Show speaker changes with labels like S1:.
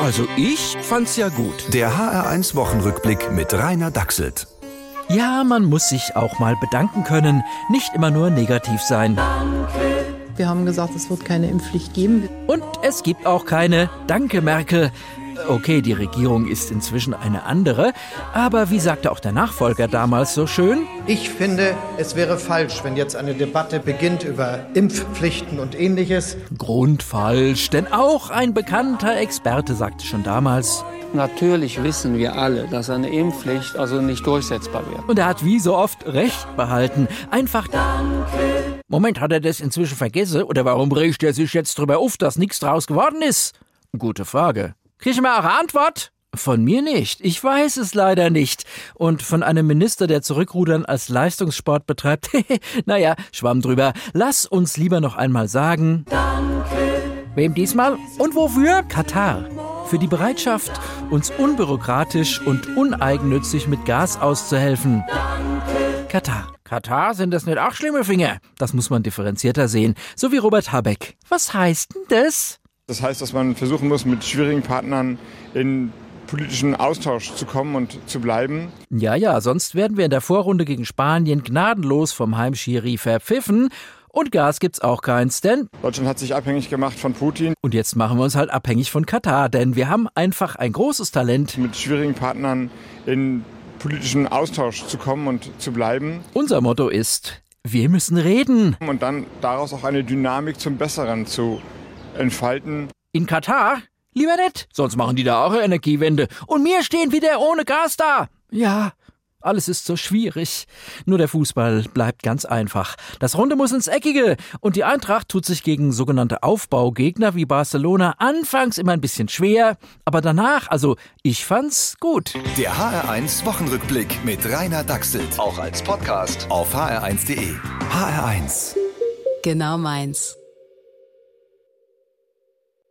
S1: Also ich fand's ja gut.
S2: Der HR1-Wochenrückblick mit Rainer Dachselt.
S3: Ja, man muss sich auch mal bedanken können, nicht immer nur negativ sein.
S4: Wir haben gesagt, es wird keine Impfpflicht geben.
S3: Und es gibt auch keine Danke, Merkel. Okay, die Regierung ist inzwischen eine andere, aber wie sagte auch der Nachfolger damals so schön,
S5: Ich finde, es wäre falsch, wenn jetzt eine Debatte beginnt über Impfpflichten und ähnliches.
S3: grundfalsch, denn auch ein bekannter Experte sagte schon damals,
S6: Natürlich wissen wir alle, dass eine Impfpflicht also nicht durchsetzbar wird.
S3: und er hat wie so oft Recht behalten. Einfach Moment, hat er das inzwischen vergessen? Oder warum regt er sich jetzt drüber auf, dass nichts draus geworden ist? Gute Frage. Kriege ich mal eure Antwort? Von mir nicht. Ich weiß es leider nicht. Und von einem Minister, der Zurückrudern als Leistungssport betreibt, naja, schwamm drüber. Lass uns lieber noch einmal sagen, Wem diesmal und wofür? Katar. Für die Bereitschaft, uns unbürokratisch und uneigennützig mit Gas auszuhelfen. Katar. Katar sind das nicht auch schlimme Finger? Das muss man differenzierter sehen. So wie Robert Habeck. Was heißt denn das?
S7: Das heißt, dass man versuchen muss, mit schwierigen Partnern in politischen Austausch zu kommen und zu bleiben.
S3: Ja, ja, sonst werden wir in der Vorrunde gegen Spanien gnadenlos vom Heimschiri verpfiffen. Und Gas gibt's auch keins, denn
S7: Deutschland hat sich abhängig gemacht von Putin.
S3: und jetzt machen wir uns halt abhängig von Katar, denn wir haben einfach ein großes Talent.
S7: Mit schwierigen Partnern in politischen Austausch zu kommen und zu bleiben.
S3: Unser Motto ist, wir müssen reden.
S7: Und dann daraus auch eine Dynamik zum Besseren zu entfalten.
S3: In Katar? Lieber nicht, sonst machen die da auch eine Energiewende. Und wir stehen wieder ohne Gas da. Ja, alles ist so schwierig. Nur der Fußball bleibt ganz einfach. Das Runde muss ins Eckige. Und die Eintracht tut sich gegen sogenannte Aufbaugegner wie Barcelona anfangs immer ein bisschen schwer. Aber danach, also ich fand's gut.
S2: Der HR1-Wochenrückblick mit Rainer Dachselt. Auch als Podcast auf hr1.de. HR1.
S8: Genau meins.